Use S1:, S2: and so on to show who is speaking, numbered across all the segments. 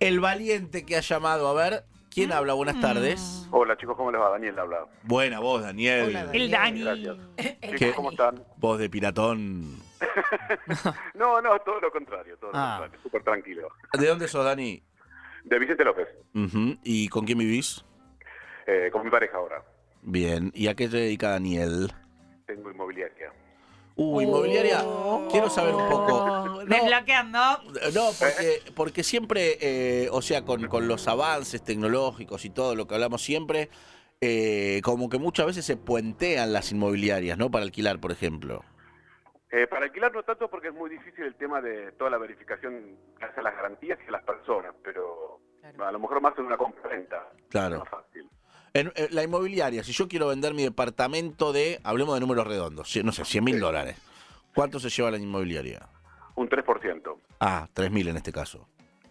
S1: el valiente que ha llamado. A ver, ¿quién habla? Buenas tardes.
S2: Hola chicos, ¿cómo les va? Daniel habla.
S1: Mm. Buena voz, Daniel.
S3: Hola, Daniel.
S4: El Dani.
S2: Gracias. Chicos,
S1: ¿Qué?
S2: ¿cómo están?
S1: Voz de piratón.
S2: No, no, todo lo contrario, todo
S3: Ah.
S2: lo contrario, súper tranquilo.
S1: ¿De dónde sos, Dani?
S2: De Vicente López,
S1: Ujú, ¿Y con quién vivís?
S2: eh, con mi pareja ahora.
S1: Bien. ¿Y a qué se dedica Daniel?
S2: Tengo inmobiliaria.
S1: Uh, inmobiliaria. Quiero saber un poco.
S4: Oh, Desbloqueando.
S1: No, porque, porque siempre, eh, o sea, con, con los avances tecnológicos y todo lo que hablamos siempre, eh, como que muchas veces se puentean las inmobiliarias, ¿no? Para alquilar, por ejemplo.
S2: Eh, para alquilar no tanto porque es muy difícil el tema de toda la verificación que hacen las garantías y las personas, pero
S3: Claro.
S2: a lo mejor más en una compraventa.
S1: Claro.
S2: Más fácil.
S1: En- en la inmobiliaria, si yo quiero vender mi departamento de, hablemos de números redondos, cien- no sé, 100 mil dólares, ¿cuánto se lleva la inmobiliaria?
S2: Un 3%,
S1: Ah, 3 mil en este caso.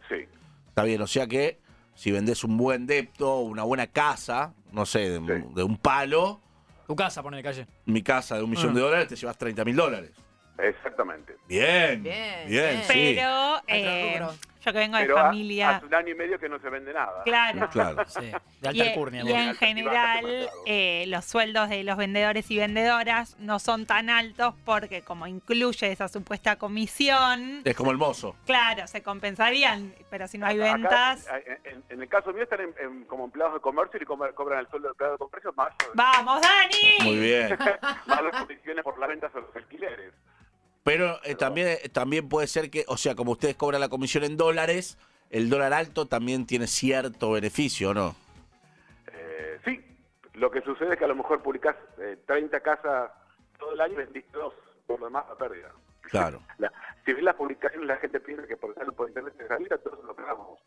S2: sí.
S1: Está bien, o sea que si vendés un buen depto, una buena casa, no sé, de, un-
S2: Sí.
S1: de un palo,
S3: Tu casa, pone calle.
S1: mi casa de un millón
S3: Ah.
S1: de dólares, te llevas 30 mil dólares.
S2: Exactamente.
S1: Bien, bien,
S5: Bien, bien.
S1: sí.
S4: Pero eh,
S5: rubro.
S4: yo que vengo de
S2: Pero ha-
S4: familia.
S2: hace un año y medio que no se vende nada.
S4: Claro.
S1: Claro.
S4: Y,
S3: Sí. De
S4: e-
S3: alta alcurnia.
S4: y
S3: vos.
S4: en general eh, los sueldos de los vendedores y vendedoras no son tan altos porque como incluye esa supuesta comisión,
S1: Es como el mozo.
S4: claro, se compensarían, pero si no hay
S2: Acá,
S4: ventas,
S2: en- en, en el caso mío están en- en- como empleados de comercio y cobran, cobran el sueldo de empleado de comercio más,
S4: vamos Dani.
S1: Muy bien.
S2: más las comisiones por las ventas de los alquileres.
S1: Pero eh, también, también puede ser que, o sea, como ustedes cobran la comisión en dólares, el dólar alto también tiene cierto beneficio, ¿o ¿no?
S2: Eh, sí, lo que sucede es que a lo mejor publicás eh, 30 casas todo el año y vendís dos, por lo demás la pérdida.
S1: Claro.
S2: La- si ves las publicaciones, la gente piensa que por estarlo por internet es gratuita, todos lo pagamos.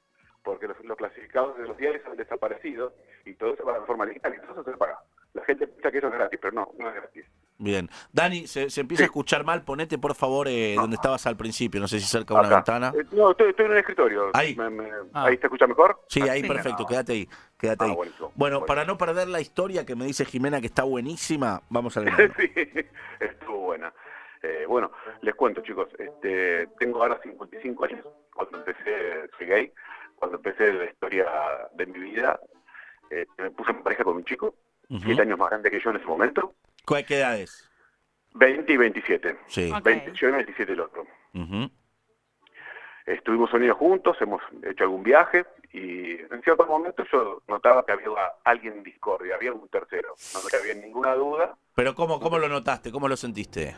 S2: Porque los, los clasificados de los diarios han desaparecido y todo se va de forma digital y todo eso se paga. La gente piensa que eso es gratis, pero no, no es gratis.
S1: Bien. Dani, se, se empieza a escuchar mal. Ponete, por favor, eh, donde estabas al principio. No sé si cerca de una
S2: Acá.
S1: ventana.
S2: Eh, no, estoy, estoy en el escritorio.
S1: Ahí.
S2: Me- me-
S3: Ah.
S2: ¿Ahí te escucha mejor?
S1: Sí, ahí,
S4: Sí.
S1: perfecto.
S2: Ah.
S1: Quédate ahí. Quédate
S2: Ah,
S1: ahí.
S2: buenísimo.
S1: Bueno,
S2: Buenísimo.
S1: para no perder la historia que me dice Jimena que está buenísima, vamos al grano.
S2: sí, estuvo buena. Eh, bueno, les cuento chicos, este, tengo ahora 55 años, cuando empecé, soy gay, cuando empecé la historia de mi vida, eh, me puse en pareja con un chico,
S1: Ujú.
S2: 7 años más grande que yo en ese momento,
S1: ¿Cuál- ¿Qué edad es?
S2: 20 y 27,
S1: Sí.
S4: Ok.
S2: 20, yo y 27 el otro.
S1: Ujú.
S2: Estuvimos unidos juntos, hemos hecho algún viaje y en ciertos momentos yo notaba que había alguien en discordia, había un tercero, no que había ninguna duda,
S1: Pero ¿cómo, ¿cómo lo notaste? ¿Cómo lo sentiste?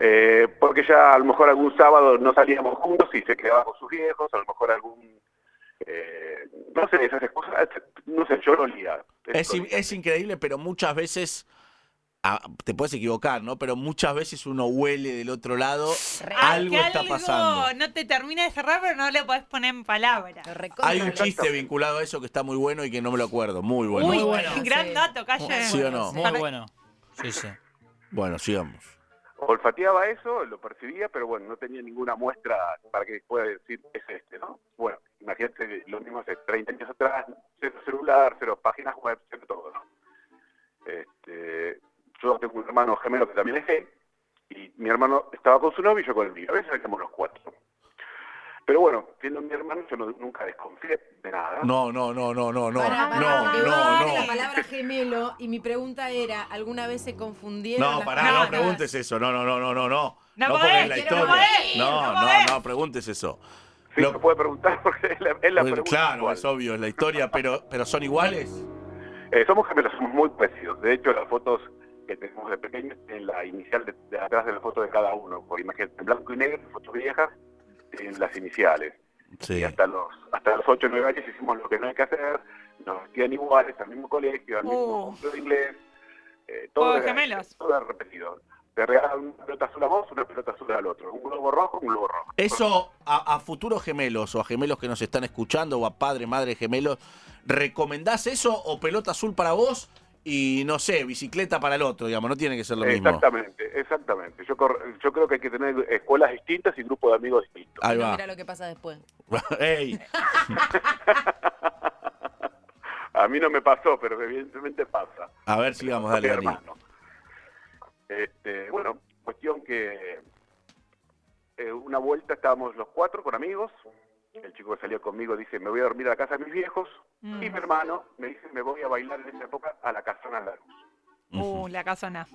S2: Eh, porque ya a lo mejor algún sábado no salíamos juntos y se quedaba con sus viejos, a lo mejor algún... eh, no sé, esas cosas, no sé, yo lo olía.
S1: Es, in- es increíble, pero muchas veces, ah, te puedes equivocar, ¿no? Pero muchas veces uno huele del otro lado,
S4: Ah,
S1: algo
S4: que
S1: está
S4: algo
S1: pasando.
S4: No te termina de cerrar, pero no le podés poner en palabras.
S5: Lo recontra
S1: Hay un
S5: lo-
S1: chiste vinculado a eso que está muy bueno y que no me lo acuerdo. Muy bueno.
S4: Uy,
S3: Muy bueno,
S4: gran
S5: sí.
S4: dato, calle.
S1: Sí o no.
S3: Muy
S4: Para-
S3: bueno. Sí, sí.
S1: Bueno, sigamos.
S2: Olfateaba eso, lo percibía, pero bueno, no tenía ninguna muestra para que pueda decir, es este, ¿no? Bueno, imagínate lo mismo hace 30 años atrás, cero celular, cero páginas web, cero todo, ¿no? Este, yo tengo un hermano gemelo que también es gay, y mi hermano estaba con su novio y yo con el mío. A veces éramos los cuatro. Pero bueno, siendo mi hermano, yo no- nunca desconfié de nada.
S1: No, no, no, no, no, no,
S5: Pará,
S1: no,
S5: pará, porque vos
S1: no,
S5: hablaste
S1: no.
S5: la palabra gemelo y mi pregunta era, ¿alguna vez se confundieron?
S1: No,
S5: las
S1: pará,
S4: No,
S1: no,
S5: palabras?
S4: no.
S1: preguntes eso. No, no, no, no, no, no.
S4: No
S1: porque
S4: podés,
S1: es la
S5: quiero- no
S1: historia.
S4: podés,
S1: No,
S4: no
S1: no,
S4: podés.
S1: no, preguntes eso.
S2: Sí,
S1: Lo-
S2: se puede preguntar porque es la, es la
S1: Bueno,
S2: pregunta.
S1: claro,
S2: actual.
S1: es obvio, es la historia, pero, pero son iguales.
S2: Eh, somos gemelos, somos muy parecidos. De hecho, las fotos que tenemos de pequeños en la inicial de, de atrás de la foto de cada uno. Porque imagínate, en blanco y negro, fotos viejas, en las iniciales.
S1: Sí.
S2: Y hasta los hasta los 8 o 9 años hicimos lo que no hay que hacer, nos vestían iguales, al mismo colegio, al mismo
S4: Uh.
S2: curso de inglés. eh, todo,
S4: Todos
S2: era-
S4: gemelos.
S2: todo era repetido. Te regalaban una pelota azul a vos, una pelota azul al otro. Un globo rojo, un globo rojo.
S1: Eso a, a futuros gemelos o a gemelos que nos están escuchando o a padre, madre, gemelos, ¿recomendás eso o pelota azul para vos y no sé, bicicleta para el otro, digamos? No tiene que ser lo mismo.
S2: Exactamente, exactamente. Yo, cor- yo creo que hay que tener escuelas distintas y grupos de amigos distintos.
S1: Ahí
S5: No,
S1: va.
S5: Mira lo que pasa después.
S1: Ey,
S2: A mí no me pasó, pero evidentemente pasa.
S1: a ver, sigamos,
S2: Con mi
S1: dale, Dani.
S2: hermano. Este, bueno, cuestión que eh, una vuelta estábamos los cuatro con amigos el chico que salió conmigo dice, me voy a dormir a la casa de mis viejos.
S4: Mm.
S2: Y mi hermano me dice, me voy a bailar en esa época a la casona de la luz.
S4: Uh, la casona.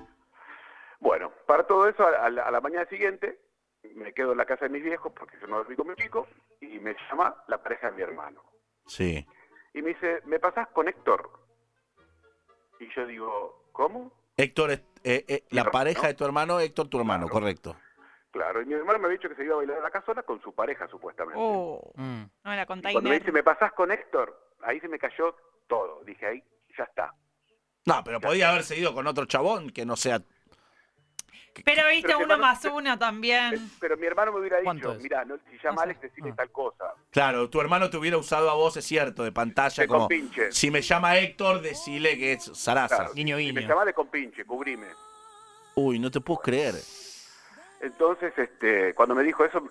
S2: Bueno, para todo eso, a, a la, a la mañana siguiente, me quedo en la casa de mis viejos porque yo no dormí con mi chico. Y me llama la pareja de mi hermano.
S1: Sí.
S2: Y me dice, ¿me pasás con Héctor? Y yo digo, ¿cómo?
S1: Héctor, es- eh, eh, la
S2: Héctor,
S1: pareja
S2: ¿no?
S1: de tu hermano, Héctor, tu hermano,
S2: Claro.
S1: correcto.
S2: Claro, y mi hermano me había dicho que se iba a bailar a la casona con su pareja, supuestamente.
S4: Oh,
S3: Mm.
S4: no me la
S2: Y
S4: contáis.
S2: cuando me dice, ¿me pasás con Héctor? Ahí se me cayó todo. Dije, ahí ya está.
S1: No, pero podía haber seguido con otro chabón que no sea.
S4: Pero viste,
S2: Pero que
S4: uno
S2: no-
S4: más uno
S2: Eh,
S4: también.
S2: Pero mi hermano me hubiera
S3: ¿Cuánto
S2: dicho,
S3: es?
S2: mira, no, si llama
S3: Ah,
S2: a Alex,
S3: sí.
S2: decirle
S3: Ah.
S2: tal cosa.
S1: Claro, tu hermano te hubiera usado a vos, es cierto, de pantalla
S2: De
S1: como.
S2: compinche.
S1: Si me llama Héctor, decile que es Sarasa.
S2: Claro.
S3: Guiño,
S2: Si me
S3: guiño.
S2: llama de compinche, cubrime.
S1: Uy, no te puedo creer.
S2: Entonces, este, cuando me dijo eso,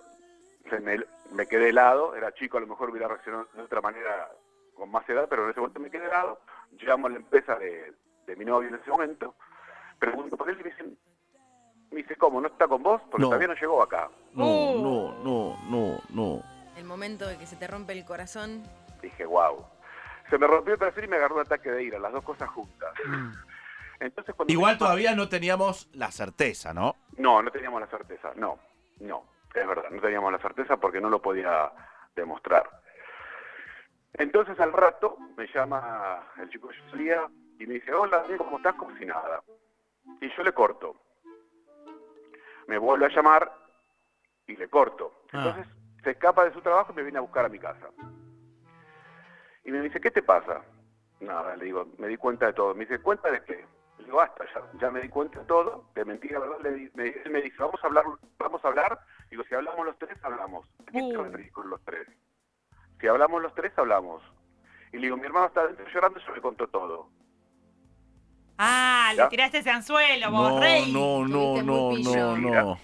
S2: se me, me quedé helado. Era chico, a lo mejor hubiera reaccionado de otra manera, con más edad, pero en ese momento me quedé helado. Llamo a la empresa de, de mi novio en ese momento, pregunto por él y me dicen, me dice, ¿cómo? ¿No está con vos? Porque
S1: No.
S2: todavía no llegó acá.
S1: No,
S4: Uh.
S1: no, no, no, no.
S5: El momento de que se te rompe el corazón.
S2: Dije, wow. Se me rompió el perfil y me agarró un ataque de ira, las dos cosas juntas.
S3: Mm.
S2: Entonces, cuando
S1: Igual todavía no teníamos la certeza, ¿no?
S2: No, no teníamos la certeza, no, no, es verdad, no teníamos la certeza porque no lo podía demostrar. Entonces al rato me llama el chico que yo salía y me dice, hola, Daniel, ¿cómo estás? Como si nada. Y yo le corto. Me vuelve a llamar y le corto.
S3: Ah.
S2: Entonces se escapa de su trabajo y me viene a buscar a mi casa. Y me dice, ¿qué te pasa? Nada, le digo, me di cuenta de todo. Me dice, ¿cuenta de qué? Le digo, basta, ya, ya me di cuenta de todo, de mentira, ¿verdad? Le di- me, él me dice, vamos a hablar, vamos a hablar. Digo, si hablamos los tres, hablamos. ¿Qué te
S4: Uh.
S2: referís con los tres? Si hablamos los tres, hablamos. Y le digo, mi hermano está adentro llorando, yo le contó todo.
S4: Ah, le
S2: Ya.
S4: tiraste ese anzuelo, vos,
S1: No,
S4: rey.
S1: no, no,
S5: Tuviste
S1: no,
S5: muy
S1: no,
S2: pillo.
S1: no.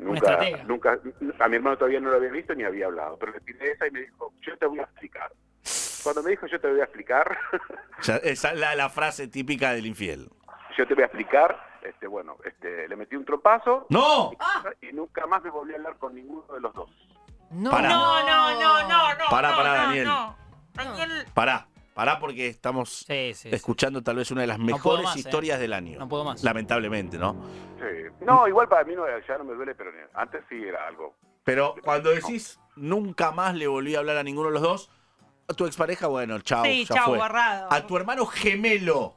S2: Nunca,
S3: estratega.
S2: nunca, a mi hermano todavía no lo había visto ni había hablado, pero le tiré esa y me dijo, yo te voy a explicar. Cuando me dijo, yo te voy a explicar,
S1: Ya, esa es la, la frase típica del infiel.
S2: yo te voy a explicar, este, bueno, este, le metí un trompazo
S1: ¡No!
S2: y nunca más me volví a hablar con ninguno de los dos.
S3: No.
S1: Pará.
S4: No, no, no, no, no.
S1: Pará,
S4: no,
S1: pará,
S4: no,
S1: Daniel.
S4: no. Daniel,
S1: Pará, pará porque estamos
S3: Sí, sí, sí.
S1: escuchando tal vez una de las
S3: puedo
S1: mejores
S3: más, eh.
S1: historias del año.
S3: No puedo más.
S1: Lamentablemente, ¿no?
S2: Sí. No, igual para mí no, ya no me duele, pero antes sí era algo.
S1: Pero cuando decís nunca más le volví a hablar a ninguno de los dos, a tu expareja, bueno, chao,
S4: Sí,
S1: ya
S4: chau,
S1: fue.
S4: borrado.
S1: A tu hermano gemelo,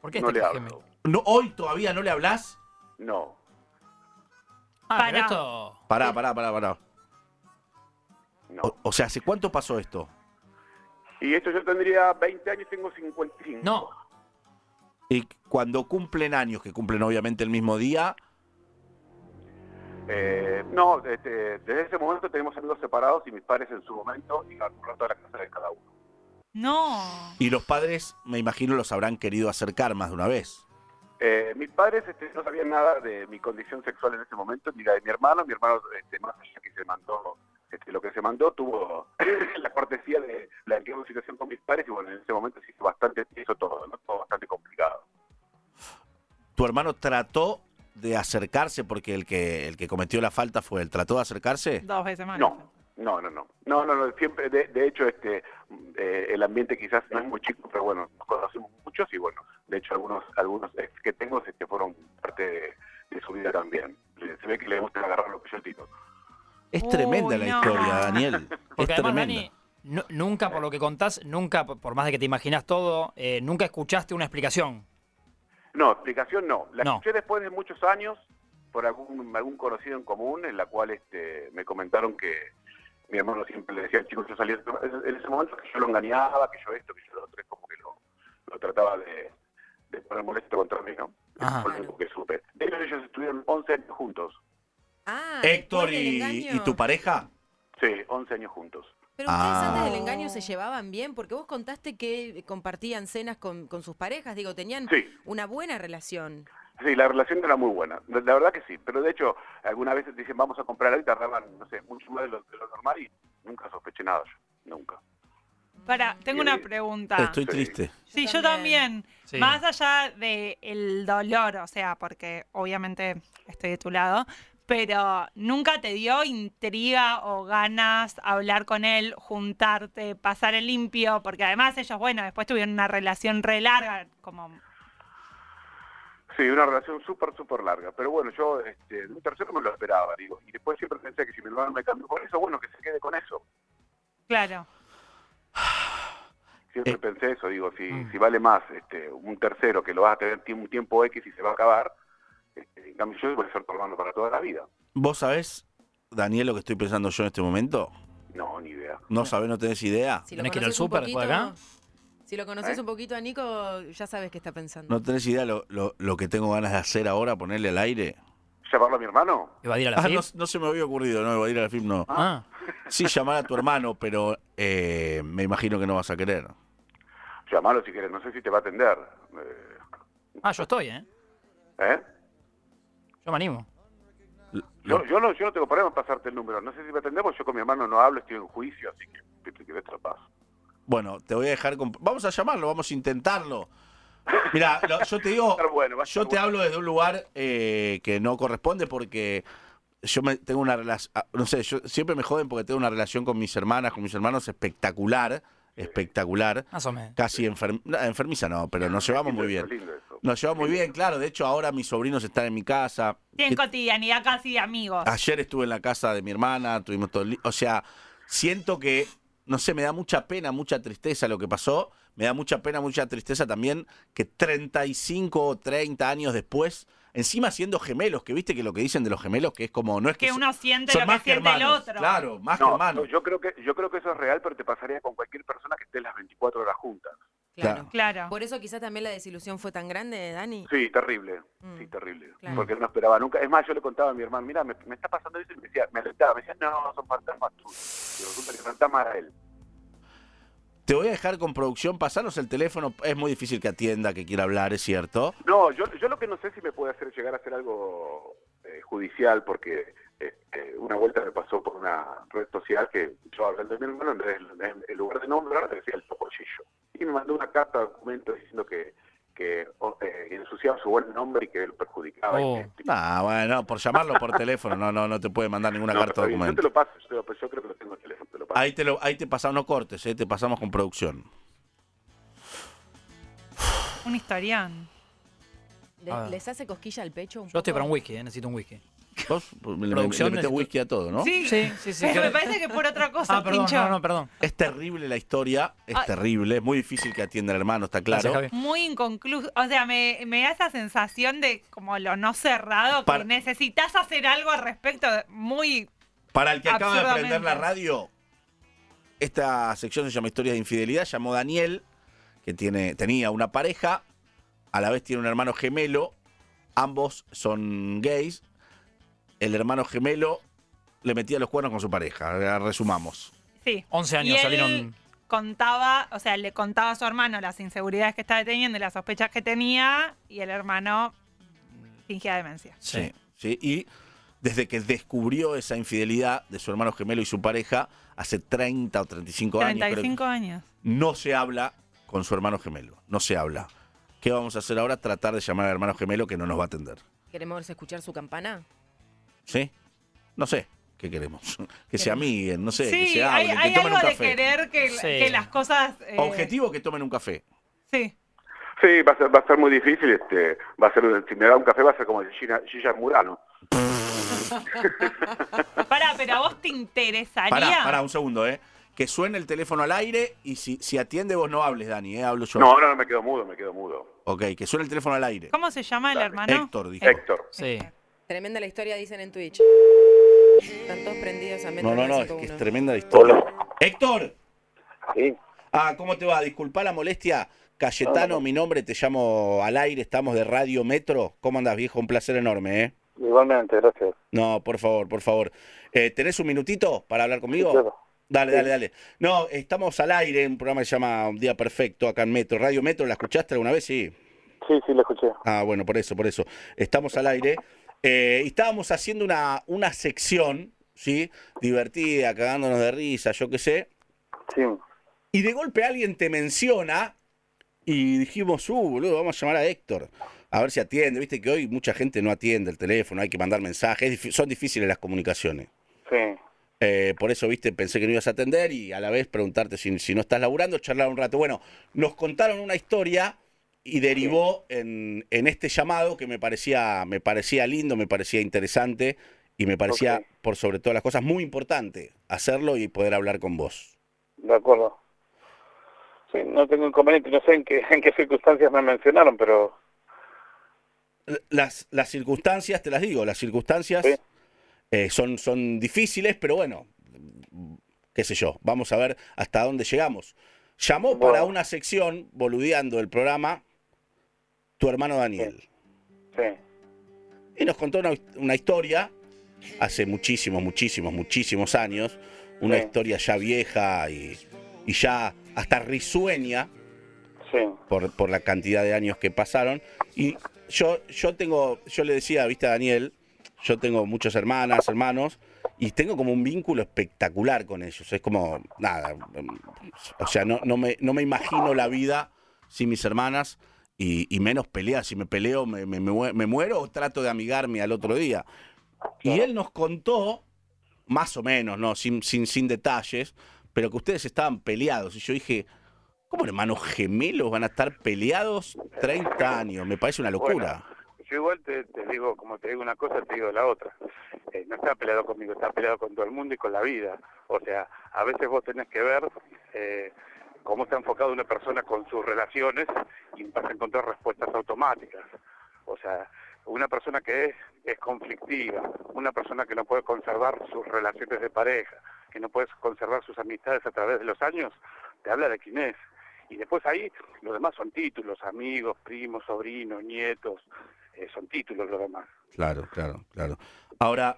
S3: ¿Por qué
S2: no
S3: este
S2: le
S3: cajeme?
S2: hablo.
S1: no, ¿hoy todavía no le hablas?
S2: No.
S3: Ah,
S4: Pará.
S3: pero esto.
S1: Pará, pará, pará, pará.
S2: No.
S3: Oh.
S1: O, o sea, ¿hace cuánto pasó esto?
S2: Y esto yo tendría 20 años, tengo 55.
S3: No.
S1: Y cuando cumplen años, que cumplen obviamente el mismo día,
S2: Eh, no, este, desde ese momento tenemos amigos separados y mis padres en su momento y al rato a la casa de cada uno.
S4: No.
S1: y los padres, me imagino, los habrán querido acercar más de una vez.
S2: Eh, mis padres este, no sabían nada de mi condición sexual en ese momento, ni la de mi hermano. Mi hermano, este, más allá que se mandó este, lo que se mandó, tuvo la cortesía de la que hubo situación con mis padres y bueno, en ese momento se hizo bastante eso todo, ¿no? todo bastante complicado.
S1: ¿Tu hermano trató de acercarse porque el que, el que cometió la falta fue él? ¿Trató de acercarse?
S4: Dos veces más.
S2: No, no, no, no. No, no, no. Siempre, de, de hecho, este, eh, el ambiente quizás no es muy chico, pero bueno, nos conocemos muchos y bueno, de hecho algunos, algunos ex que tengo este, fueron parte de, de su vida también. Le- Se ve que le gusta agarrar los peyotitos.
S1: Es tremenda
S4: Uy,
S1: la
S4: no.
S1: historia, Daniel.
S3: Porque
S1: es
S3: además,
S1: tremenda.
S3: Dani, nu- nunca por lo que contás, nunca, por- por más de que te imaginas todo, eh, nunca escuchaste una explicación.
S2: No, explicación no. La
S3: No.
S2: escuché después de muchos años por algún, algún conocido en común, en la cual este, me comentaron que mi hermano siempre le decía, chicos, yo salía en ese momento que yo lo engañaba, que yo esto, que yo lo otro, es como que lo, lo trataba de, de poner molesto contra mí, ¿no?
S3: Ajá.
S2: Eso fue lo único que supe. De hecho, ellos estuvieron 11 años juntos.
S5: Ah,
S1: Héctor
S5: después del
S1: y,
S5: engaño.
S1: y tu pareja.
S2: Sí, 11 años juntos.
S5: Pero ustedes
S1: Ah.
S5: antes del engaño se llevaban bien, porque vos contaste que compartían cenas con, con sus parejas, digo,
S3: Mm.
S5: tenían
S2: Sí.
S5: una buena relación.
S2: Sí, la relación era muy buena, la, la verdad que sí, pero de hecho, algunas veces dicen vamos a comprar algo y tardaban, no sé, mucho más de lo, de lo normal y nunca sospeché nada yo, nunca.
S4: Para, tengo
S2: Eh,
S4: una pregunta.
S1: Estoy
S2: Sí.
S1: triste.
S4: Sí, yo también.
S3: Sí.
S4: Más allá del dolor, o sea, porque obviamente estoy de tu lado, pero nunca te dio intriga o ganas hablar con él, juntarte, pasar el limpio, porque además ellos, bueno, después tuvieron una relación re larga, como
S2: Sí, una relación súper, súper larga. Pero bueno, yo, este, un tercero me lo esperaba, digo. Y después siempre pensé que si mi hermano me cambió por eso, bueno, que se quede con eso.
S4: claro.
S2: Siempre
S1: Eh.
S2: pensé eso, digo, si,
S3: Mm.
S2: si vale más este, un tercero que lo vas a tener tie- un tiempo X y se va a acabar, este, en cambio yo voy a ser tu hermano para toda la vida.
S1: ¿Vos sabés, Daniel, lo que estoy pensando yo en este momento?
S2: No, ni idea.
S1: ¿No sabés, no tenés idea?
S5: Si lo
S3: ¿Tenés que ir al
S5: conoces un
S3: súper después de acá?
S5: poquito- Si lo conoces
S2: ¿Eh?
S5: un poquito a Nico, ya sabes qué está pensando.
S1: ¿No tenés idea lo, lo- lo que tengo ganas de hacer ahora, ponerle al aire?
S2: ¿Llamarlo a mi hermano?
S3: ¿Evadir a la
S1: Ah,
S3: FIP?
S1: no, no se me había ocurrido, no, va a ir a la film, no.
S3: Ah,
S1: Sí, llamar a tu hermano, pero eh, me imagino que no vas a querer.
S2: Llamalo si quieres, no sé si te va a atender. Eh,
S3: Ah, yo estoy, ¿eh?
S2: ¿eh?
S3: Yo me animo.
S2: Yo, yo no, yo no tengo problema en pasarte el número. No sé si me atender porque yo con mi hermano no hablo, estoy en juicio, así que si te querés te lo paso.
S1: Bueno, te voy a dejar con... Vamos a llamarlo, vamos a intentarlo. Mira, yo te digo,
S2: estar bueno, va a
S1: yo
S2: estar
S1: te
S2: bueno.
S1: hablo desde un lugar eh, que no corresponde porque yo me, tengo una relación, ah, no sé, yo siempre me joden porque tengo una relación con mis hermanas, con mis hermanos espectacular, espectacular,
S3: Más o menos.
S1: casi enfer- no, enfermiza no, pero nos llevamos muy bien.
S2: Lindo eso.
S1: Nos llevamos muy bien, claro. De hecho, ahora mis sobrinos están en mi casa.
S4: Tienen
S1: Eh,
S4: cotidianidad casi de amigos.
S1: Ayer estuve en la casa de mi hermana, tuvimos todo. el li- O sea, siento que, no sé, me da mucha pena, mucha tristeza lo que pasó. Me da mucha pena, mucha tristeza también que 35 o 30 años después, encima siendo gemelos, que viste que lo que dicen de los gemelos, que es como, no es que,
S4: que
S1: se-
S4: uno siente
S1: son
S4: lo que
S1: más que
S4: siente el
S1: hermanos.
S4: otro.
S1: Claro, más que
S2: No,
S1: hermanos.
S2: no, yo creo que yo creo que eso es real, pero te pasaría con cualquier persona que esté las 24 horas juntas.
S5: Claro.
S4: Claro.
S5: Por eso quizás también la desilusión fue tan grande, Dani.
S2: Sí, terrible.
S5: Mm,
S2: Sí, terrible.
S5: claro.
S2: Porque no esperaba nunca. Es más, yo le contaba a mi hermano, mira, me, me está pasando eso y me decía, me alertaba, me decía, no, son fantasmas tuyos. Y resulta que el fantasma era él.
S1: Te voy a dejar con producción, pasanos el teléfono. Es muy difícil que atienda, que quiera hablar, es cierto.
S2: No, yo, yo lo que no sé si me puede hacer llegar a hacer algo eh, judicial, porque eh, eh, una vuelta me pasó por una red social que yo hablando de mi hermano, en, vez de- en- en lugar de nombrar, decía el topollillo. Y me mandó una carta de documento diciendo que, que oh, eh, ensuciaba su buen nombre y que lo perjudicaba.
S3: Oh.
S2: Y que-
S1: Ah, bueno, por llamarlo por teléfono, no, no, no te puede mandar ninguna
S2: No,
S1: carta
S2: pero está bien, Yo
S1: documento.
S2: te lo paso, yo, te lo- yo creo que lo tengo en el teléfono, te lo paso.
S1: Ahí te, lo, ahí te pasamos, no cortes, eh, te pasamos con producción.
S4: Un historión.
S5: ¿Le-
S3: Ah.
S5: ¿Les hace cosquilla al pecho un
S3: Yo estoy
S5: poco?
S3: para un whisky, ¿eh? Necesito un whisky.
S1: Vos pues, le, le- le
S3: Producción
S1: metés
S3: necesito-
S1: whisky a todo, ¿no?
S4: Sí,
S3: Sí, sí, sí.
S4: pero
S3: creo-
S4: me parece que por otra cosa,
S3: Ah, perdón,
S4: Tincho.
S3: no, no, perdón.
S1: Es terrible la historia, es
S4: Ah.
S1: terrible, es muy difícil que atienda el hermano, está claro.
S3: Gracias, Javi.
S4: Muy inconcluso. O sea, me, me da esa sensación de como lo no cerrado,
S1: Para-
S4: que necesitas hacer algo al respecto. Muy.
S1: Para el que acaba de
S4: Absurdamente.
S1: prender la radio, esta sección se llama Historias de Infidelidad, llamó Daniel, que tiene, tenía una pareja, a la vez tiene un hermano gemelo, ambos son gays, el hermano gemelo le metía los cuernos con su pareja, resumamos.
S4: Sí.
S3: 11
S4: Y
S3: años
S4: él
S3: salieron.
S4: Contaba, o sea, le contaba a su hermano las inseguridades que estaba teniendo y las sospechas que tenía, y el hermano fingía demencia.
S1: Sí. sí. Y desde que descubrió esa infidelidad de su hermano gemelo y su pareja, hace 30 o 35, años, creo que
S4: 35 años.
S1: no se habla con su hermano gemelo. No se habla. ¿Qué vamos a hacer ahora? Tratar de llamar al hermano gemelo que no nos va a atender.
S5: ¿Queremos escuchar su campana?
S1: ¿Sí? No sé. ¿Qué queremos? Que se amiguen, no sé, que
S4: Eh, sí,
S1: se
S4: hay,
S1: hablen,
S4: hay
S1: que tomen
S4: algo
S1: un
S4: de
S1: café.
S4: querer que,
S3: Sí.
S4: que las cosas. eh,
S1: Objetivo que tomen un café.
S4: Sí.
S2: Sí, va a ser, va a ser muy difícil, este, va a ser, si me da un café va a ser como Gina, Gilla Murano.
S4: Pará, pero a vos te interesaría.
S1: Pará, pará, un segundo, ¿eh? Que suene el teléfono al aire y si, si atiende vos no hables, Dani, ¿eh? Hablo yo.
S2: No, no, no, me quedo mudo, me quedo mudo.
S1: Ok, que suene el teléfono al aire.
S4: ¿Cómo Ah, se llama el
S2: Dale.
S4: hermano?
S1: Héctor dijo.
S2: Héctor.
S3: Sí.
S5: Tremenda la historia, dicen en Twitch. Están todos prendidos a Metro
S1: No, no, no, es que
S5: 951.
S1: es tremenda la historia. Héctor,
S2: Sí.
S1: ah, ¿cómo te va? Disculpa la molestia. Cayetano, mi nombre, te llamo al aire, estamos de Radio Metro. ¿Cómo andas, viejo? Un placer enorme, ¿eh?
S2: Igualmente, gracias.
S1: No, por favor, por favor. Eh, ¿Tenés un minutito para hablar conmigo?
S2: claro.
S1: Dale, dale, dale. No, estamos al aire en un programa que se llama Un Día Perfecto acá en Metro. Radio Metro, ¿la escuchaste alguna vez? Sí.
S2: Sí, sí, lo escuché.
S1: Ah, bueno, por eso, por eso. Estamos al aire. Eh, y estábamos haciendo una, una sección, ¿sí? Divertida, cagándonos de risa, yo qué sé.
S2: Sí.
S1: Y de golpe alguien te menciona y dijimos, uh, boludo, vamos a llamar a Héctor. a ver si atiende. Viste que hoy mucha gente no atiende el teléfono, hay que mandar mensajes, es difí- son difíciles las comunicaciones.
S2: Sí.
S1: Eh, por eso, viste, pensé que no ibas a atender y a la vez preguntarte si, si no estás laburando, charlar un rato. Bueno, nos contaron una historia y derivó en, en este llamado que me parecía, me parecía lindo, me parecía interesante y me parecía,
S2: Ok.
S1: por sobre todas las cosas, muy importante hacerlo y poder hablar con vos.
S2: De acuerdo. Sí, no tengo inconveniente, no sé en qué, en qué circunstancias me mencionaron, pero
S1: L- Las, las circunstancias, te las digo, las circunstancias
S2: Sí.
S1: eh, son, son difíciles, pero bueno, qué sé yo, vamos a ver hasta dónde llegamos. Llamó para
S2: Bueno.
S1: una sección, boludeando el programa, tu hermano Daniel.
S2: sí.
S1: Y nos contó una, una historia hace muchísimos, muchísimos, muchísimos años. Una
S2: Sí.
S1: historia ya vieja y, y ya hasta risueña
S2: Sí,
S1: por, por la cantidad de años que pasaron. Y yo, yo tengo, yo le decía, viste a Daniel, yo tengo muchas hermanas, hermanos, y tengo como un vínculo espectacular con ellos. Es como, nada, mm, o sea, no, no, me, no me imagino la vida sin mis hermanas y, y menos peleas. Si me peleo, me, me- me mue- me muero o trato de amigarme al otro día. Y él nos contó, más o menos, ¿no? Sin, sin, sin detalles, pero que ustedes estaban peleados. Y yo dije, ¿Cómo hermanos gemelos van a estar peleados 30 años? Me parece una locura.
S2: Yo igual te, te digo, como te digo una cosa, te digo la otra. Eh, no está peleado conmigo, está peleado con todo el mundo y con la vida. O sea, a veces vos tenés que ver eh, cómo está enfocado una persona con sus relaciones y vas a encontrar respuestas automáticas. O sea, una persona que es, es conflictiva, una persona que no puede conservar sus relaciones de pareja, que no puede conservar sus amistades a través de los años, te habla de quién es. Y después ahí, lo demás son títulos, amigos, primos, sobrinos, nietos, eh, son títulos lo demás.
S1: Claro, claro, claro. Ahora,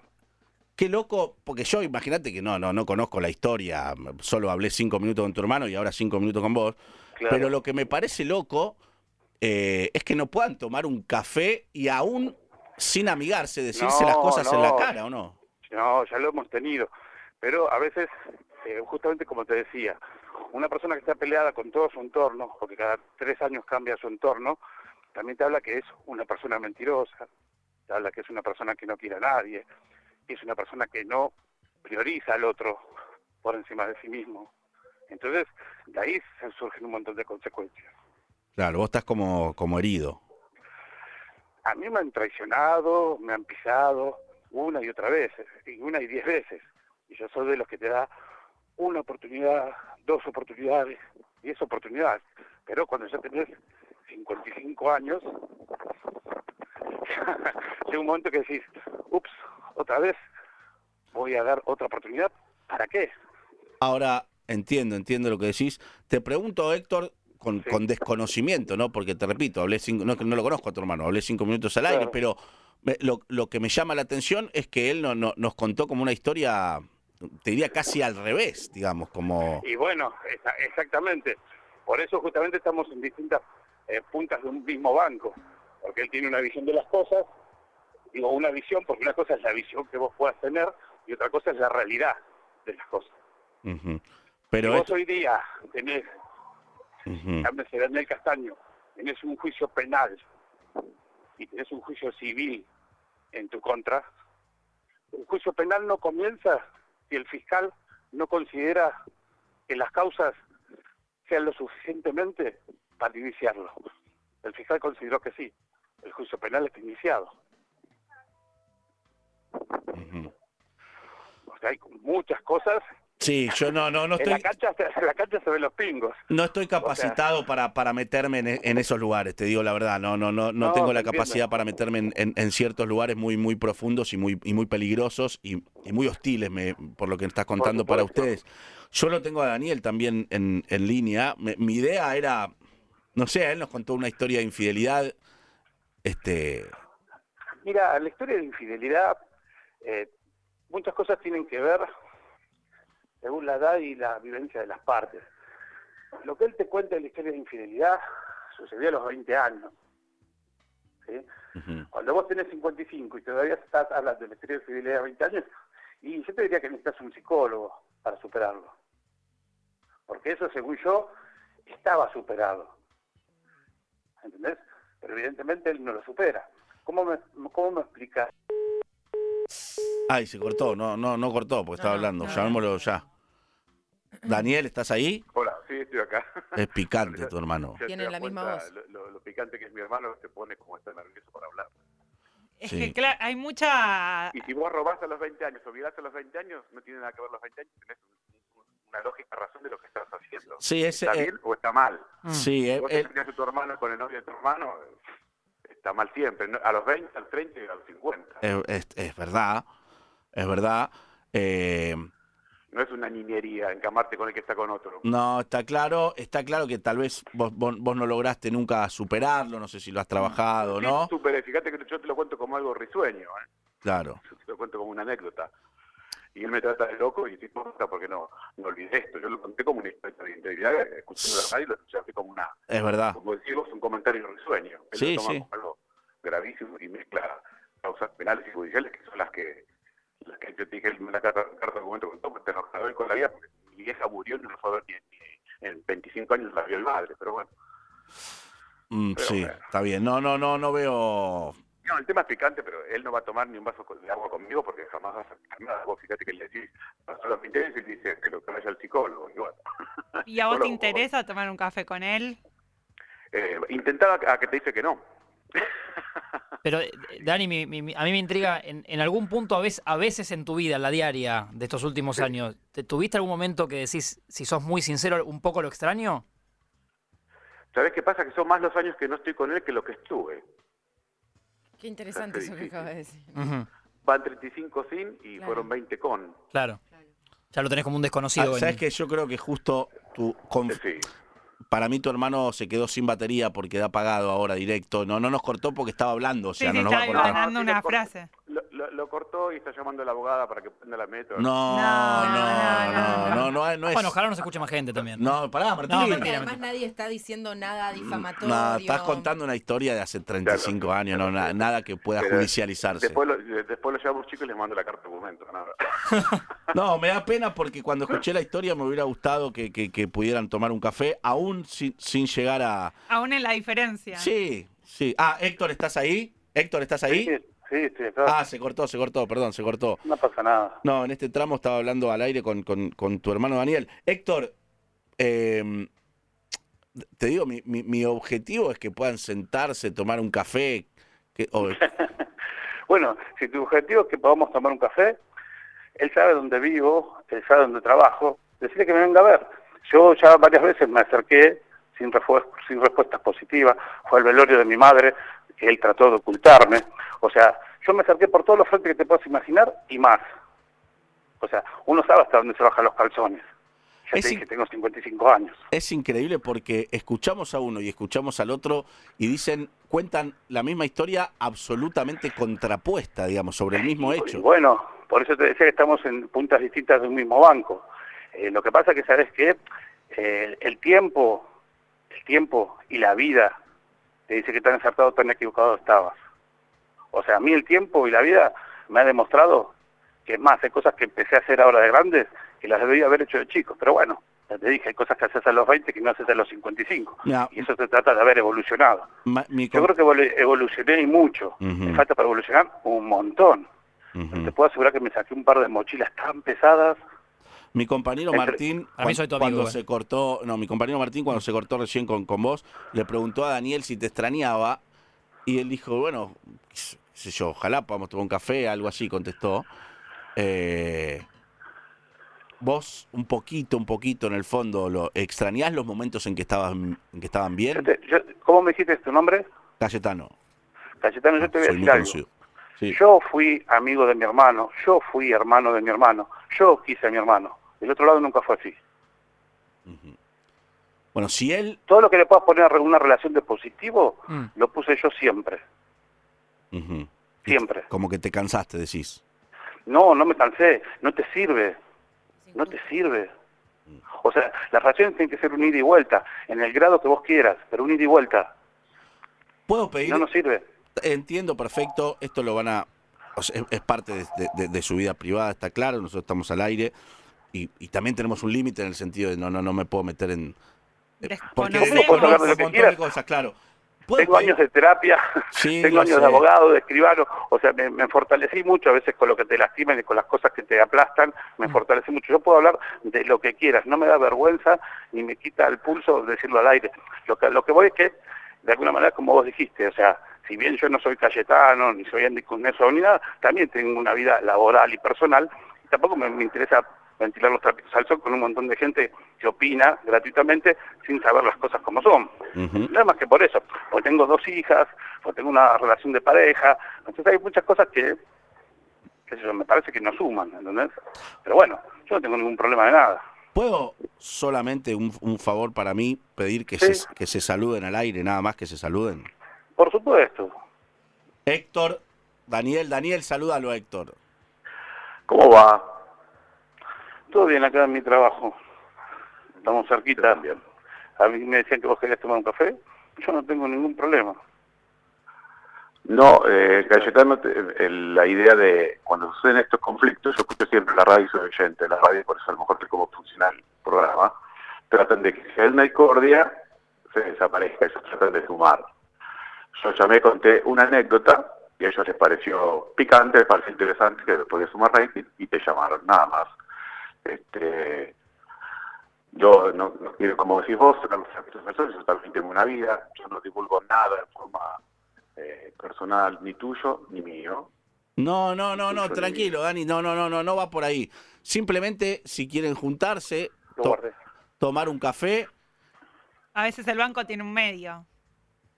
S1: qué loco, porque yo imagínate que no, no, no conozco la historia, solo hablé 5 minutos con tu hermano y ahora 5 minutos con vos.
S2: Claro.
S1: Pero lo que me parece loco eh, es que no puedan tomar un café y aún sin amigarse, decirse
S2: No,
S1: las cosas en la
S2: no.
S1: cara, ¿o no?
S2: No, ya lo hemos tenido. Pero a veces, eh, justamente como te decía, una persona que está peleada con todo su entorno, porque cada tres años cambia su entorno, también te habla que es una persona mentirosa, te habla que es una persona que no quiere a nadie, y es una persona que no prioriza al otro por encima de sí mismo. Entonces, de ahí se surgen un montón de consecuencias.
S1: Claro, vos estás como, como herido.
S2: A mí me han traicionado, me han pisado una y otra vez, y una y diez veces. Y yo soy de los que te da una oportunidad, dos oportunidades, diez oportunidades. Pero cuando ya tenés 55 años, llega un momento que decís, ups, otra vez voy a dar otra oportunidad. ¿Para qué?
S1: Ahora, entiendo, entiendo lo que decís. Te pregunto, Héctor, con,
S2: Sí.
S1: con desconocimiento, ¿no? Porque te repito, hablé cinco, no, es que no lo conozco a tu hermano, hablé cinco minutos al aire,
S2: Claro.
S1: pero me- lo, lo que me llama la atención es que él no, no- nos contó como una historia, te diría casi al revés, digamos, como...
S2: Y bueno, esa- exactamente. Por eso justamente estamos en distintas eh, puntas de un mismo banco, porque él tiene una visión de las cosas, digo una visión, porque una cosa es la visión que vos puedas tener y otra cosa es la realidad de las cosas.
S1: Ujú.
S2: Si
S1: Pero
S2: vos
S1: esto-
S2: hoy día tenés,
S1: ujú,
S2: llámese Daniel Castaño, tenés un juicio penal y tenés un juicio civil en tu contra, un juicio penal no comienza si el fiscal no considera que las causas sean lo suficientemente para iniciarlo. El fiscal consideró que sí, el juicio penal está iniciado.
S1: ujú.
S2: O sea, hay muchas cosas.
S1: Sí, yo no, no, no
S2: En, la
S1: estoy...
S2: cancha, en la cancha se ven los pingos.
S1: No estoy capacitado para, para meterme en, e- en esos lugares, te digo la verdad. No, no, no, no
S2: No,
S1: tengo
S2: te
S1: la
S2: entiendo.
S1: capacidad para meterme en, en- en ciertos lugares muy, muy profundos y muy, y muy peligrosos y, y muy hostiles, me, por lo que estás contando para
S2: supuesto.
S1: ustedes. Yo lo tengo a Daniel también en, en línea. Me- mi idea era, no sé, él nos contó una historia de infidelidad. Este,
S2: Mira, la historia de infidelidad, eh, muchas cosas tienen que ver según la edad y la vivencia de las partes. Lo que él te cuenta de la historia de infidelidad sucedió a los 20 años. ¿sí?
S1: ujú,
S2: Cuando vos tenés 55 y todavía estás hablando de la historia de infidelidad de 20 años, y yo te diría que necesitas un psicólogo para superarlo. Porque eso, según yo, estaba superado. ¿Entendés? Pero pero evidentemente él no lo supera. ¿Cómo me, cómo me explicas?
S1: Ay, se cortó, no, no, no cortó porque estaba
S5: No,
S1: hablando.
S5: no, no.
S1: Llamémoslo ya. Daniel, ¿estás ahí?
S2: Hola, sí, estoy acá.
S1: Es picante tu hermano.
S2: Ya te
S5: Tienen
S2: das
S5: la misma
S2: cuenta
S5: voz.
S2: Lo, lo- lo picante que es mi hermano se pone como está nervioso para hablar.
S4: Es
S1: Sí.
S4: que claro, hay mucha.
S2: Y si vos robás a los 20 años o violás a los 20 años, no tiene nada que ver los 20 años, tenés un- un- una lógica razón de lo que estás haciendo.
S1: Sí, es,
S2: ¿Está
S1: eh,
S2: bien o está mal?
S3: Mm.
S1: sí, eh,
S2: Si vos te
S1: él-
S2: peleas a tu hermano con el novio de tu hermano, está mal siempre. ¿no? A los 20, al 30 y a los 50.
S1: eh, es, es verdad, es verdad. Eh,
S2: No es una niñería encamarte con el que está con otro.
S1: no, está claro, está claro que tal vez vos, vos- vos no lograste nunca superarlo, no sé si lo has trabajado, ¿no?
S2: Mm. Sí, Súper, fíjate que yo te lo cuento como algo risueño, ¿eh?
S1: Claro.
S2: Yo te lo cuento como una anécdota. Y él me trata de loco y estoy tonta porque no, no olvidé esto. Yo lo conté como una historia de integridad, escuchando la radio y lo escuché como una,
S1: Es verdad.
S2: como decimos, un comentario risueño. Él
S1: Sí,
S2: lo toma
S1: sí.
S2: como algo gravísimo y mezcla causas penales y judiciales que son las que, las que yo te dije en la carta, carta de documento con todo, porque te enojaba él con la vida, porque mi vieja murió y no lo fue a ver ni, ni- en 25 años la vio el madre, pero bueno.
S1: Mm,
S2: Pero
S1: sí,
S2: bueno.
S1: está bien. No, no, no, no veo.
S2: No, el tema es picante, pero él no va a tomar ni un vaso con- de agua conmigo porque jamás va a sacar nada. Vos fíjate que le decís, pasó los 20 años y le dice que lo que vaya al psicólogo. Y bueno,
S4: ¿Y a vos te
S2: psicólogo.
S4: interesa tomar un café con él?
S2: eh, intentaba a, que te dice que no.
S3: Pero, eh, Dani, mi- mi- mi- a mí me intriga, en, en algún punto, a veces, a veces en tu vida, en la diaria de estos últimos años, ¿te ¿tuviste algún momento que decís, si sos muy sincero, un poco lo extraño?
S2: ¿Sabés qué pasa? Que son más los años que no estoy con él que los que estuve.
S5: Qué interesante eso que
S2: difícil.
S5: acabas de decir.
S3: Ujú,
S2: Van 35 sin y
S5: Claro.
S2: fueron 20 con.
S3: claro. Ya lo tenés como
S1: Ah,
S3: un desconocido. en-
S1: Sabes que yo creo que justo tu
S2: Eh,
S1: conf-
S2: Sí.
S1: para mí tu hermano se quedó sin batería porque da apagado ahora directo. No, no nos cortó porque estaba hablando, o sea,
S4: sí, sí,
S1: no nos va
S4: estaba
S1: a cortar.
S4: ganando
S2: No, sí,
S4: una
S2: lo corto.
S4: frase.
S2: Lo, lo- lo cortó y está llamando a la abogada para que prenda la meta.
S1: No, no, no,
S4: no, no,
S1: no, no, no es.
S3: Bueno, ojalá nos escuche más gente también.
S1: No, pará, Martín.
S3: No,
S5: Porque
S3: mentira,
S5: además nadie está diciendo nada difamatorio.
S1: No, Mm, estás contando una historia de hace 35 años, no, na- nada que pueda
S2: Pero
S1: judicializarse.
S2: Después lo, después lo llevo a un chico y les mando la carta de documento. nada.
S1: No, me da pena porque cuando escuché la historia me hubiera gustado que, que- que pudieran tomar un café, aún sin, sin llegar a...
S4: Aún en la diferencia.
S1: Sí, sí. Ah, Héctor, ¿estás ahí? Héctor, ¿estás ahí?
S2: Sí, estoy acá.
S1: Ah, se cortó, se cortó, perdón, se cortó.
S2: No pasa nada.
S1: No, en este tramo estaba hablando al aire con, con- con tu hermano Daniel. Héctor, eh, te digo, mi, mi- mi objetivo es que puedan sentarse, tomar un café. que- o-
S2: Bueno, si tu objetivo es que podamos tomar un café, él sabe dónde vivo, él sabe dónde trabajo, decirle que me venga a ver. Yo ya varias veces me acerqué sin, refu- sin respuestas positivas, fue al velorio de mi madre, que él trató de ocultarme. O sea, yo me acerqué por todos los frentes que te puedas imaginar y más. O sea, uno sabe hasta dónde se bajan los calzones. Ya
S1: Es
S2: te
S1: in-
S2: dije, tengo 55 años.
S1: es increíble porque escuchamos a uno y escuchamos al otro y dicen, cuentan la misma historia absolutamente contrapuesta, digamos, sobre el mismo
S2: Y
S1: hecho.
S2: Bueno, por eso te decía que estamos en puntas distintas de un mismo banco. Eh, lo que pasa que sabes que el tiempo, el tiempo y la vida te dice que tan acertado, tan equivocado estabas. O sea, a mí el tiempo y la vida me ha demostrado que es más, hay cosas que empecé a hacer ahora de grandes que las debía haber hecho de chicos. Pero bueno, ya te dije, hay cosas que haces a los 20 que no haces a los 55.
S1: Mira,
S2: Y eso se trata de haber evolucionado.
S1: ma- mi
S2: Yo
S1: con-
S2: creo que evolu- evolucioné y mucho. Me
S1: Ujú.
S2: falta para evolucionar un montón.
S1: Ujú.
S2: Te puedo asegurar que me saqué un par de mochilas tan pesadas.
S1: Mi compañero
S2: Entre-
S1: Martín,
S3: Para mí
S1: cuan-
S3: soy tu amigo,
S1: cuando
S3: igual.
S1: se cortó, no, mi compañero Martín cuando se cortó recién con, con vos, le preguntó a Daniel si te extrañaba y él dijo, bueno, qué sé- qué sé yo, ojalá podamos tomar un café, algo así, contestó. Eh, vos un poquito, un poquito en el fondo, lo ¿extrañás los momentos en que, estaban, en que estaban
S2: Yo
S1: bien?
S2: te- Este, yo- ¿Cómo me dijiste tu nombre?
S1: Cayetano, Ah,
S2: Cayetano, yo te voy a
S1: soy muy
S2: decir algo.
S1: conocido. Sí.
S2: Yo fui amigo de mi hermano, yo fui hermano de mi hermano, yo quise a mi hermano. Del otro lado nunca fue así.
S1: Bueno, si él...
S2: Todo lo que le puedas poner a re- una relación de positivo,
S3: Mm.
S2: lo puse yo siempre.
S1: Ujú.
S2: Siempre.
S1: Como que te cansaste, decís.
S2: No, no me cansé, no te sirve.
S5: Sin
S2: no te
S5: culpa.
S2: sirve. O sea, las relaciones tienen que ser un ida y vuelta, en el grado que vos quieras, pero un ida y vuelta.
S1: ¿Puedo pedir...?
S2: No nos sirve.
S1: Entiendo perfecto, esto lo van a. o sea, es, es parte de, de- de- de su vida privada, está claro, nosotros estamos al aire y, y también tenemos un límite en el sentido de no, no, no me puedo meter en. eh,
S4: Desconocemos.
S1: porque
S2: Vos podés hablar de lo que
S1: un montón de
S2: quieras.
S1: cosas, claro. ¿Puedo
S2: Tengo
S1: pedir?
S2: años de terapia,
S1: Sí,
S2: tengo
S1: lo
S2: años
S1: sé.
S2: de abogado, de escribano, o sea, me, me fortalecí mucho a veces con lo que te lastiman y con las cosas que te aplastan,
S1: Mm.
S2: me fortalecí mucho. Yo puedo hablar de lo que quieras, no me da vergüenza ni me quita el pulso decirlo al aire. Lo que, lo que voy es que, de alguna manera, como vos dijiste, o sea, si bien yo no soy Cayetano, ni soy Andy Cuneso, ni nada, también tengo una vida laboral y personal, y tampoco me, me interesa ventilar los trapitos al sol con un montón de gente que opina gratuitamente sin saber las cosas como son.
S1: Ujú.
S2: Nada más que por eso, porque tengo dos hijas, o tengo una relación de pareja, entonces hay muchas cosas que, qué sé yo, me parece que no suman, ¿entendés? Pero bueno, yo no tengo ningún problema de nada.
S1: ¿Puedo solamente un, un favor para mí pedir que,
S2: Sí.
S1: se, que se saluden al aire, nada más que se saluden?
S2: Por supuesto.
S1: Héctor, Daniel, Daniel, salúdalo a Héctor.
S2: ¿Cómo va? Todo bien acá en mi trabajo. Estamos cerquita. A mí me decían que vos querías tomar un café. Yo no tengo ningún problema.
S6: No, eh, Cayetano, te- el- el- la idea de cuando suceden estos conflictos, yo escucho siempre la radio y soy oyente, la radio, por eso a lo mejor que cómo funciona el programa, tratan de que si hay una discordia, se desaparezca, ellos tratan de sumar. Yo ya me conté una anécdota y a ellos les pareció picante, les pareció interesante que podía sumar rating y te llamaron, nada más. Este, yo no, no quiero, como decís vos, sacar los trapitos al sol, yo también tengo una vida, yo no divulgo nada de forma eh, personal, ni tuyo ni mío.
S1: No, no, no, no,
S6: Escucho el-
S1: tranquilo, Dani, no, no, no, no, no va por ahí. Simplemente, si quieren juntarse,
S2: Lo
S1: to-
S2: guardé.
S1: tomar un café,
S4: A veces el banco tiene un medio.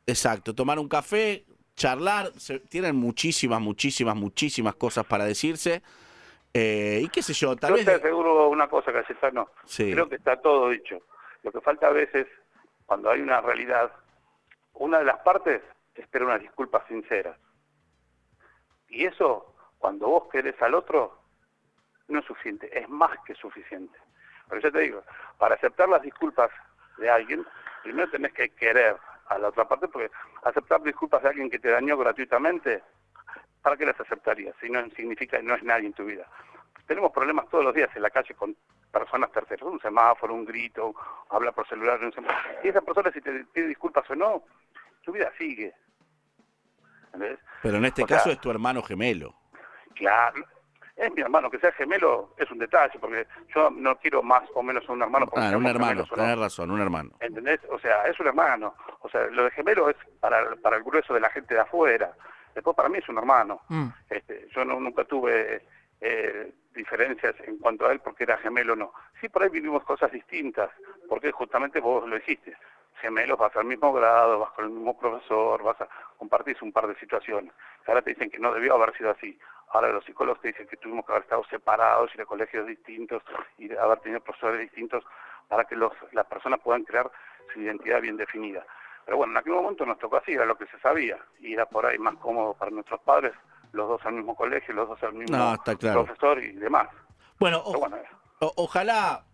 S1: exacto, tomar un café, charlar, se- tienen muchísimas, muchísimas, muchísimas cosas para decirse. Eh, y qué sé yo, tal
S2: Yo
S1: vez...
S2: te aseguro una cosa, Cayetano.
S1: Sí.
S2: Creo que está todo dicho. Lo que falta a veces, cuando hay una realidad, una de las partes espera unas disculpas sinceras. Y eso, cuando vos querés al otro, no es suficiente, es más que suficiente. Pero yo te digo, para aceptar las disculpas de alguien, primero tenés que querer a la otra parte, porque aceptar disculpas de alguien que te dañó gratuitamente, ¿para qué las aceptarías? Si no significa no es nadie en tu vida. Tenemos problemas todos los días en la calle con personas terceras, un semáforo, un grito, habla por celular, un semáforo. Y esa persona, si te pide disculpas o no, tu vida sigue. ¿Entendés?
S1: Pero en este
S2: O sea-
S1: caso es tu hermano gemelo.
S2: Claro. Es mi hermano, que sea gemelo es un detalle, porque yo no quiero más o menos a un hermano. porque
S1: Ah, un
S2: seamos
S1: hermano,
S2: gemelos o no.
S1: tenés razón, un hermano.
S2: ¿Entendés? O sea, es un hermano. O sea, lo de gemelo es para, para el grueso de la gente de afuera. Después para mí es un hermano.
S3: Mm.
S2: Este, yo no, nunca tuve eh, diferencias en cuanto a él porque era gemelo o no. Sí, por ahí vivimos cosas distintas, porque justamente vos lo hiciste. Gemelos vas al mismo grado, vas con el mismo profesor, vas a compartir un par de situaciones. Ahora te dicen que no debió haber sido así. Ahora los psicólogos te dicen que tuvimos que haber estado separados, ir a colegios distintos, y haber tenido profesores distintos para que los, las personas puedan crear su identidad bien definida. Pero bueno, en aquel momento nos tocó así, era lo que se sabía, y era por ahí más cómodo para nuestros padres, los dos al mismo colegio, los dos al mismo
S1: No, está claro.
S2: profesor y demás.
S1: Bueno,
S2: Pero
S1: o-
S2: bueno, eh,
S1: O- ojalá,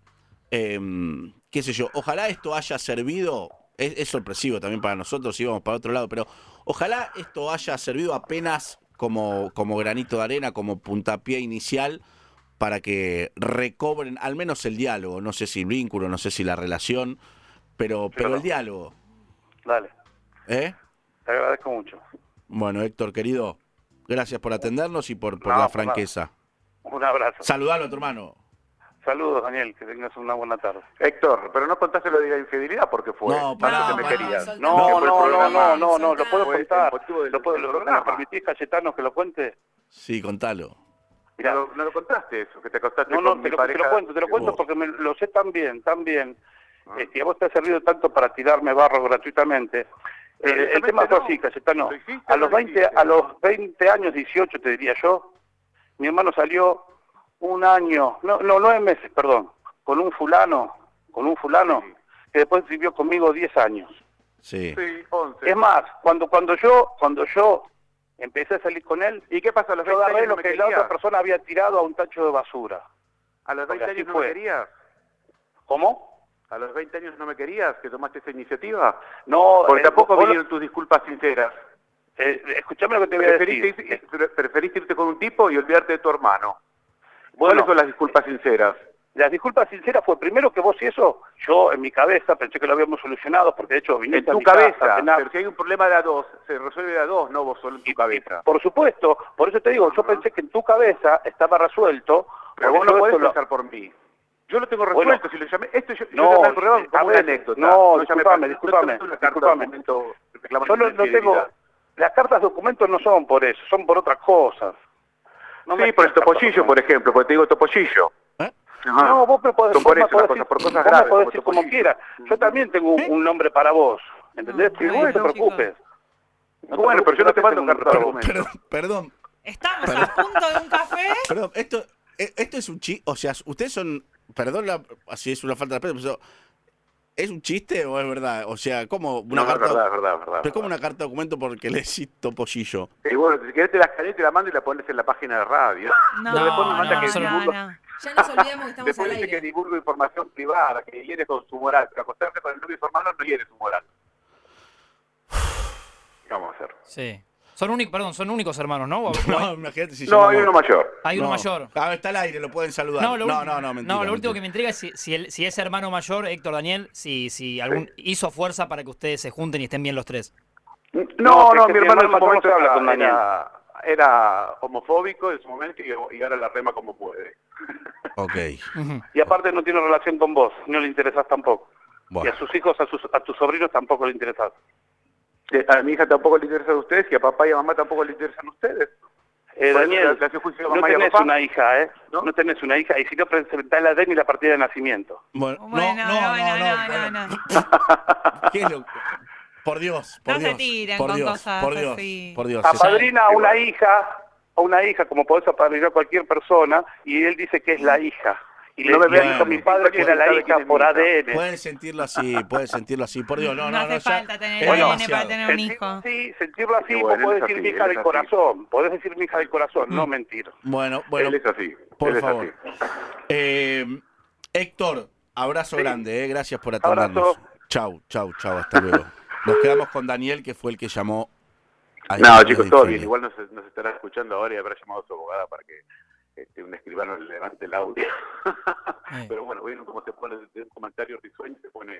S1: em, qué sé yo, ojalá esto haya servido, es, es sorpresivo también para nosotros, íbamos para otro lado, pero ojalá esto haya servido apenas como, como granito de arena, como puntapié inicial para que recobren al menos el diálogo, no sé si el vínculo, no sé si la relación, pero, pero
S2: Claro.
S1: el diálogo,
S2: dale,
S1: ¿eh?
S2: te agradezco mucho.
S1: Bueno, Héctor, querido, gracias por atendernos y por, por
S2: No,
S1: la
S2: por nada.
S1: franqueza.
S2: Un abrazo.
S1: Saludalo a tu hermano.
S2: Saludos, Daniel, que tengas una buena tarde.
S6: Héctor, pero no contaste lo de la infidelidad porque fue
S1: No,
S6: tanto
S1: pará,
S6: que me
S1: pará,
S6: querías.
S5: soltá.
S6: Que
S2: No,
S6: fue el
S2: no, no,
S6: programa-
S2: no, no, no, lo
S5: Soltá.
S2: puedo
S6: Fue el
S2: contar.
S6: motivo del-
S2: Lo puedo,
S6: del
S2: lo- ¿Me
S6: programa.
S2: permitís, Cayetano, que lo cuente?
S1: Sí, contalo.
S2: Mirá,
S6: No, lo- no lo contaste eso, que te acostaste
S2: No,
S6: con
S2: no,
S6: mi
S2: te lo, te
S6: pareja.
S2: lo cuento, te lo cuento
S1: Vos.
S2: porque me lo sé tan bien, tan bien.
S6: Ah.
S2: Este, y a vos te ha servido tanto para tirarme barro gratuitamente. Eh, el
S6: Gratuitamente
S2: tema fue
S6: no.
S2: así, Cayetano.
S6: ¿Lo hiciste
S2: A
S6: o no
S2: los,
S6: lo
S2: 20,
S6: hiciste?
S2: a los 20 años, 18 te diría yo, mi hermano salió un año, no, no, nueve meses, perdón, con un fulano, con un fulano,
S6: Sí.
S2: que después vivió conmigo 10 años.
S1: Sí.
S6: Sí, 11.
S2: Es más, cuando cuando yo cuando yo empecé a salir con él,
S6: ¿Y qué pasó? ¿A los
S2: yo
S6: 20
S2: agarré
S6: años no
S2: lo
S6: me
S2: que la otra
S6: querías?
S2: persona había tirado a un tacho de basura.
S6: ¿A los 20
S2: porque así
S6: años no
S2: fue.
S6: me querías?
S2: ¿Cómo?
S6: ¿A los 20 años no me querías que tomaste esa iniciativa?
S2: No,
S6: Porque
S2: eh,
S6: tampoco
S2: vos-
S6: vinieron tus disculpas sinceras.
S2: eh, escuchame lo que te voy a
S6: Preferiste,
S2: decir.
S6: ir- preferiste irte con un tipo y olvidarte de tu hermano. ¿Cuáles
S2: Bueno,
S6: son las disculpas sinceras?
S7: La disculpa sincera fue primero que vos y eso, yo en mi cabeza pensé que lo habíamos solucionado, porque de hecho viniste
S2: En
S7: a
S2: tu
S7: mi casa a
S2: cabeza,
S7: cenar.
S2: pero si hay un problema de a dos, se resuelve de a dos, no vos solo en tu cabeza.
S7: Por supuesto, por eso te digo, yo pensé que en tu cabeza estaba resuelto.
S2: Pero
S7: porque
S2: vos no
S7: yo
S2: podés
S7: esto lo-
S2: pensar por mí. Yo lo tengo
S7: Bueno.
S2: resuelto, si lo llamé, esto yo, yo
S7: No,
S2: llamé al programa
S7: a
S2: como una
S7: ver,
S2: anécdota.
S7: no,
S2: llamé
S7: disculpame,
S2: para-
S7: disculpame,
S2: no tengo una carta de
S7: disculpame.
S2: documento reclamando
S7: Yo no, no tengo...
S2: infidelidad.
S7: Las cartas documentos no son por eso, son por otras cosas. No me
S2: sí, por el
S7: hagas cartas
S2: topollillo, por ejemplo, porque te digo topollillo.
S1: ¿Eh?
S2: Ajá.
S7: No, vos me podés,
S2: Son por
S7: vos me
S2: eso las
S7: podés
S2: cosas,
S7: decir-
S2: por cosas
S7: vos me
S2: graves,
S7: podés
S2: como
S7: decir
S2: tu
S7: como
S2: pollo.
S7: quieras. Yo también tengo un, un nombre para vos, ¿entendés?
S5: No,
S7: Pero
S5: bueno,
S7: no te
S5: chicos.
S7: preocupes. No te
S2: Bueno, pero yo no te
S7: preocupes,
S2: mando
S7: tengo un
S2: cartas
S7: nombre para vos.
S1: Perdón, perdón,
S4: Estamos a punto de un café.
S1: perdón, esto, eh, esto es un chiste, o sea, ustedes son, perdón, la, así es una falta de respeto, pero ¿es un chiste o es verdad? O sea, ¿cómo una
S2: No, es
S1: carta,
S2: verdad, es verdad, es verdad.
S1: pero cómo una carta de documento porque le cito pollillo?
S2: Y bueno, si querés te la escaneé, te la mando y la pones en la página de radio.
S4: No,
S3: Pero después me
S4: no,
S3: manda que
S4: no,
S3: divulgo.
S4: no.
S5: Ya nos olvidamos que estamos
S2: Después
S5: al
S2: dice que
S5: aire.
S2: divulgo información privada, que hieres con su moral, pero acostarte con el novio de su hermano no hieres su moral. ¿Qué vamos a hacer?
S3: Sí. Son únicos, perdón, son únicos hermanos, ¿no? O- o hay-
S1: No, imagínate si
S2: No,
S1: llamamos-
S2: hay uno mayor.
S3: hay uno
S1: No.
S3: mayor.
S1: Ah, está al aire, lo pueden saludar.
S3: No, lo,
S1: no,
S3: último-
S1: no, no, mentira,
S3: lo último que me
S1: mentira.
S3: intriga es si, si, el- si ese hermano mayor, Héctor Daniel, si, si algún hizo fuerza para que ustedes se junten y estén bien los tres.
S2: No,
S7: que
S2: no,
S7: es que
S2: mi hermano en su
S7: mayor no
S2: momento
S7: se habla
S2: era,
S7: con Daniel.
S2: era, era homofóbico en su momento y, y ahora la rema como puede.
S1: Ok,
S3: Ujú.
S7: Y aparte no tiene relación con vos, no le interesás tampoco.
S1: bueno.
S7: Y a sus hijos, a, sus, a tus sobrinos tampoco le interesás.
S2: Eh, A mi hija tampoco le interesan ustedes y a papá y a mamá tampoco le interesan ustedes.
S7: Eh,
S2: Por eso
S7: Daniel,
S2: le- le hace juicio a
S7: no
S2: mamá y a
S7: tenés
S2: papá.
S7: una hija, ¿eh?
S2: ¿No?
S7: ¿No? tenés una hija. Y si no, presentá la DNI y la partida de nacimiento.
S1: Bueno, no,
S4: Bueno,
S1: no, no, no,
S4: no, no, no.
S1: ¿Qué es lo- Por Dios, por
S4: No se
S1: Dios.
S4: tiren
S1: por
S4: con
S1: Dios,
S4: cosas
S1: por Dios,
S4: así.
S1: por Dios. se-
S7: Apadrina a una hija, a una hija, como podés apadrinar a cualquier persona, y él dice que es la hija. Y le,
S2: No me
S7: le
S1: vean
S7: dijo a mi padre que era la
S2: sabe
S7: hija
S2: quién es
S7: por
S2: mi hija.
S7: ADN.
S1: Pueden sentirlo así, pueden sentirlo así. Por Dios, no,
S4: No
S1: no, no.
S4: hace
S1: ya-
S4: falta tener
S1: es
S4: ADN para
S1: demasiado.
S4: tener- un
S7: Sentirlo
S4: hijo.
S7: así, sentirlo así,
S2: Y bueno,
S7: vos podés
S2: él es
S7: decir mi
S2: así,
S7: hija
S2: él
S7: del
S2: es así.
S7: corazón, podés decir mi hija del corazón, no mentir.
S1: Bueno, bueno,
S2: él es así.
S1: por
S2: él es
S1: favor.
S2: así.
S1: eh, Héctor, abrazo
S7: Sí.
S1: grande, eh, gracias por atendernos.
S7: Abrazo.
S1: Chau, chau, chau, hasta luego. Nos quedamos con Daniel, que fue el que llamó. a
S2: No,
S1: Héctor
S2: chicos,
S1: de
S2: todo bien.
S1: Infeliz.
S2: Igual nos, nos estará escuchando ahora y habrá llamado a su abogada para que este, un escribano le levante el audio.
S3: Eh.
S2: Pero bueno, vieron cómo se pone de un comentario risueño se pone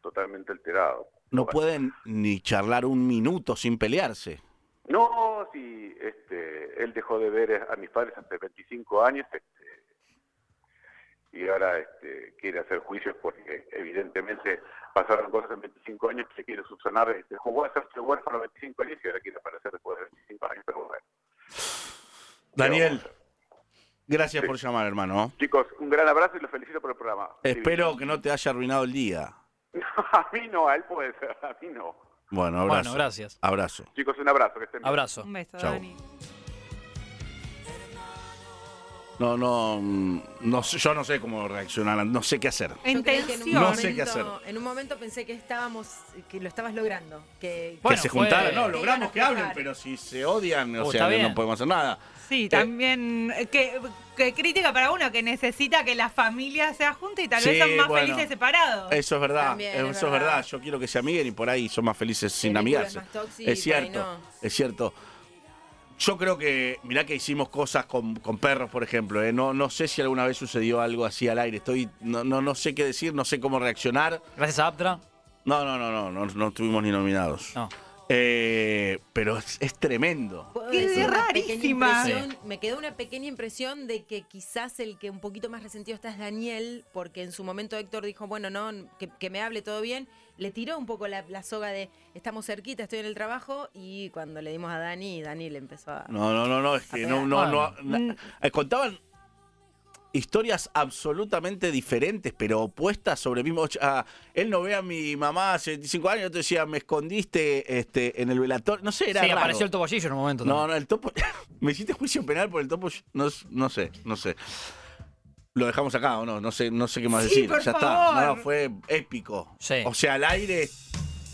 S2: totalmente alterado.
S1: No
S2: Bueno.
S1: pueden ni charlar un minuto sin pelearse.
S2: No, si este, él dejó de ver a mis padres hace 25 años este, y ahora este, quiere hacer juicios porque evidentemente pasaron cosas en 25 años que se quiere subsanar. Este, jugó a hacerse huérfano a 25 años y ahora quiere aparecer después de 25 años. Pero bueno,
S1: Daniel,
S2: vamos
S1: gracias
S2: Sí.
S1: por llamar, hermano.
S2: chicos, un gran abrazo y los felicito por el programa.
S1: Espero que no te haya arruinado el día.
S2: a mí no, a él puede ser, a mí no.
S1: Bueno, abrazo.
S3: Bueno, gracias.
S1: Abrazo.
S2: Chicos, un abrazo, que estén bien.
S3: Abrazo.
S4: Un beso,
S1: Chau.
S4: Dani.
S1: No, no, mm, no, sé- yo no sé cómo reaccionar, no sé qué hacer.
S4: En
S5: Yo creí que en un
S4: tensión.
S1: No sé qué hacer.
S5: momento- En un momento pensé que estábamos, que lo estabas logrando. Que,
S3: Bueno,
S1: que se
S3: fue-
S1: juntaran, no,
S5: Iban
S1: logramos
S5: a
S1: que hablen,
S5: festejar.
S1: pero si se odian, o
S3: Oh,
S1: sea,
S3: está
S1: no
S3: bien.
S1: podemos hacer nada.
S4: Sí, también. eh, Que, que crítica para uno que necesita que la familia sea junta y tal
S1: Sí,
S4: vez son más
S1: bueno.
S4: felices separados.
S1: Eso es verdad,
S5: También
S1: eso
S5: es
S1: es verdad.
S5: verdad.
S1: Yo quiero que se amiguen y por ahí son más felices sin
S5: vínculo
S1: amigarse.
S5: es más tóxico
S1: Es
S5: y por ahí
S1: cierto,
S5: no.
S1: es cierto. Yo creo que, mirá que hicimos cosas con, con perros, por ejemplo. ¿eh? No, no sé si alguna vez sucedió algo así al aire. Estoy, no, no, no sé qué decir, no sé cómo reaccionar.
S3: Gracias a Aptra.
S1: No, no, no, no, no, no estuvimos ni nominados.
S3: No.
S1: Eh, pero es, es tremendo.
S5: Puedo
S4: Qué
S5: decir una
S4: rarísima.
S5: pequeña impresión- Me quedó una pequeña impresión de que quizás el que un poquito más resentido está es Daniel, porque en su momento Héctor dijo, bueno, no, que, que me hable todo bien. Le tiró un poco la, la soga de, estamos cerquita, estoy en el trabajo, y cuando le dimos a Dani, Dani le empezó a...
S1: No, no, no, no, es que no, no, no.
S3: Mm.
S1: na- eh, contaban historias absolutamente diferentes, pero opuestas sobre el mismo. ah, él no ve a mi mamá hace 25 años, yo te decía, me escondiste este, en el velatorio. No sé, era.
S3: sí,
S1: raro.
S3: apareció el topollillo en un momento.
S1: No,
S3: también.
S1: no, el topo. ¿Me hiciste juicio penal por el topo? No, s- no sé, no sé. Lo dejamos acá o no, no sé, no sé qué más
S4: Sí,
S1: decir.
S4: por
S1: ya está.
S4: favor.
S1: No, fue épico.
S3: Sí.
S1: O sea, al aire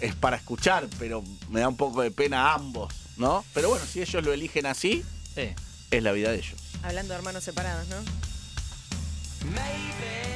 S1: es para escuchar, pero me da un poco de pena a ambos, ¿no? Pero bueno, si ellos lo eligen así,
S3: Sí.
S1: es la vida de ellos.
S5: Hablando de hermanos separados, ¿no?
S8: Maybe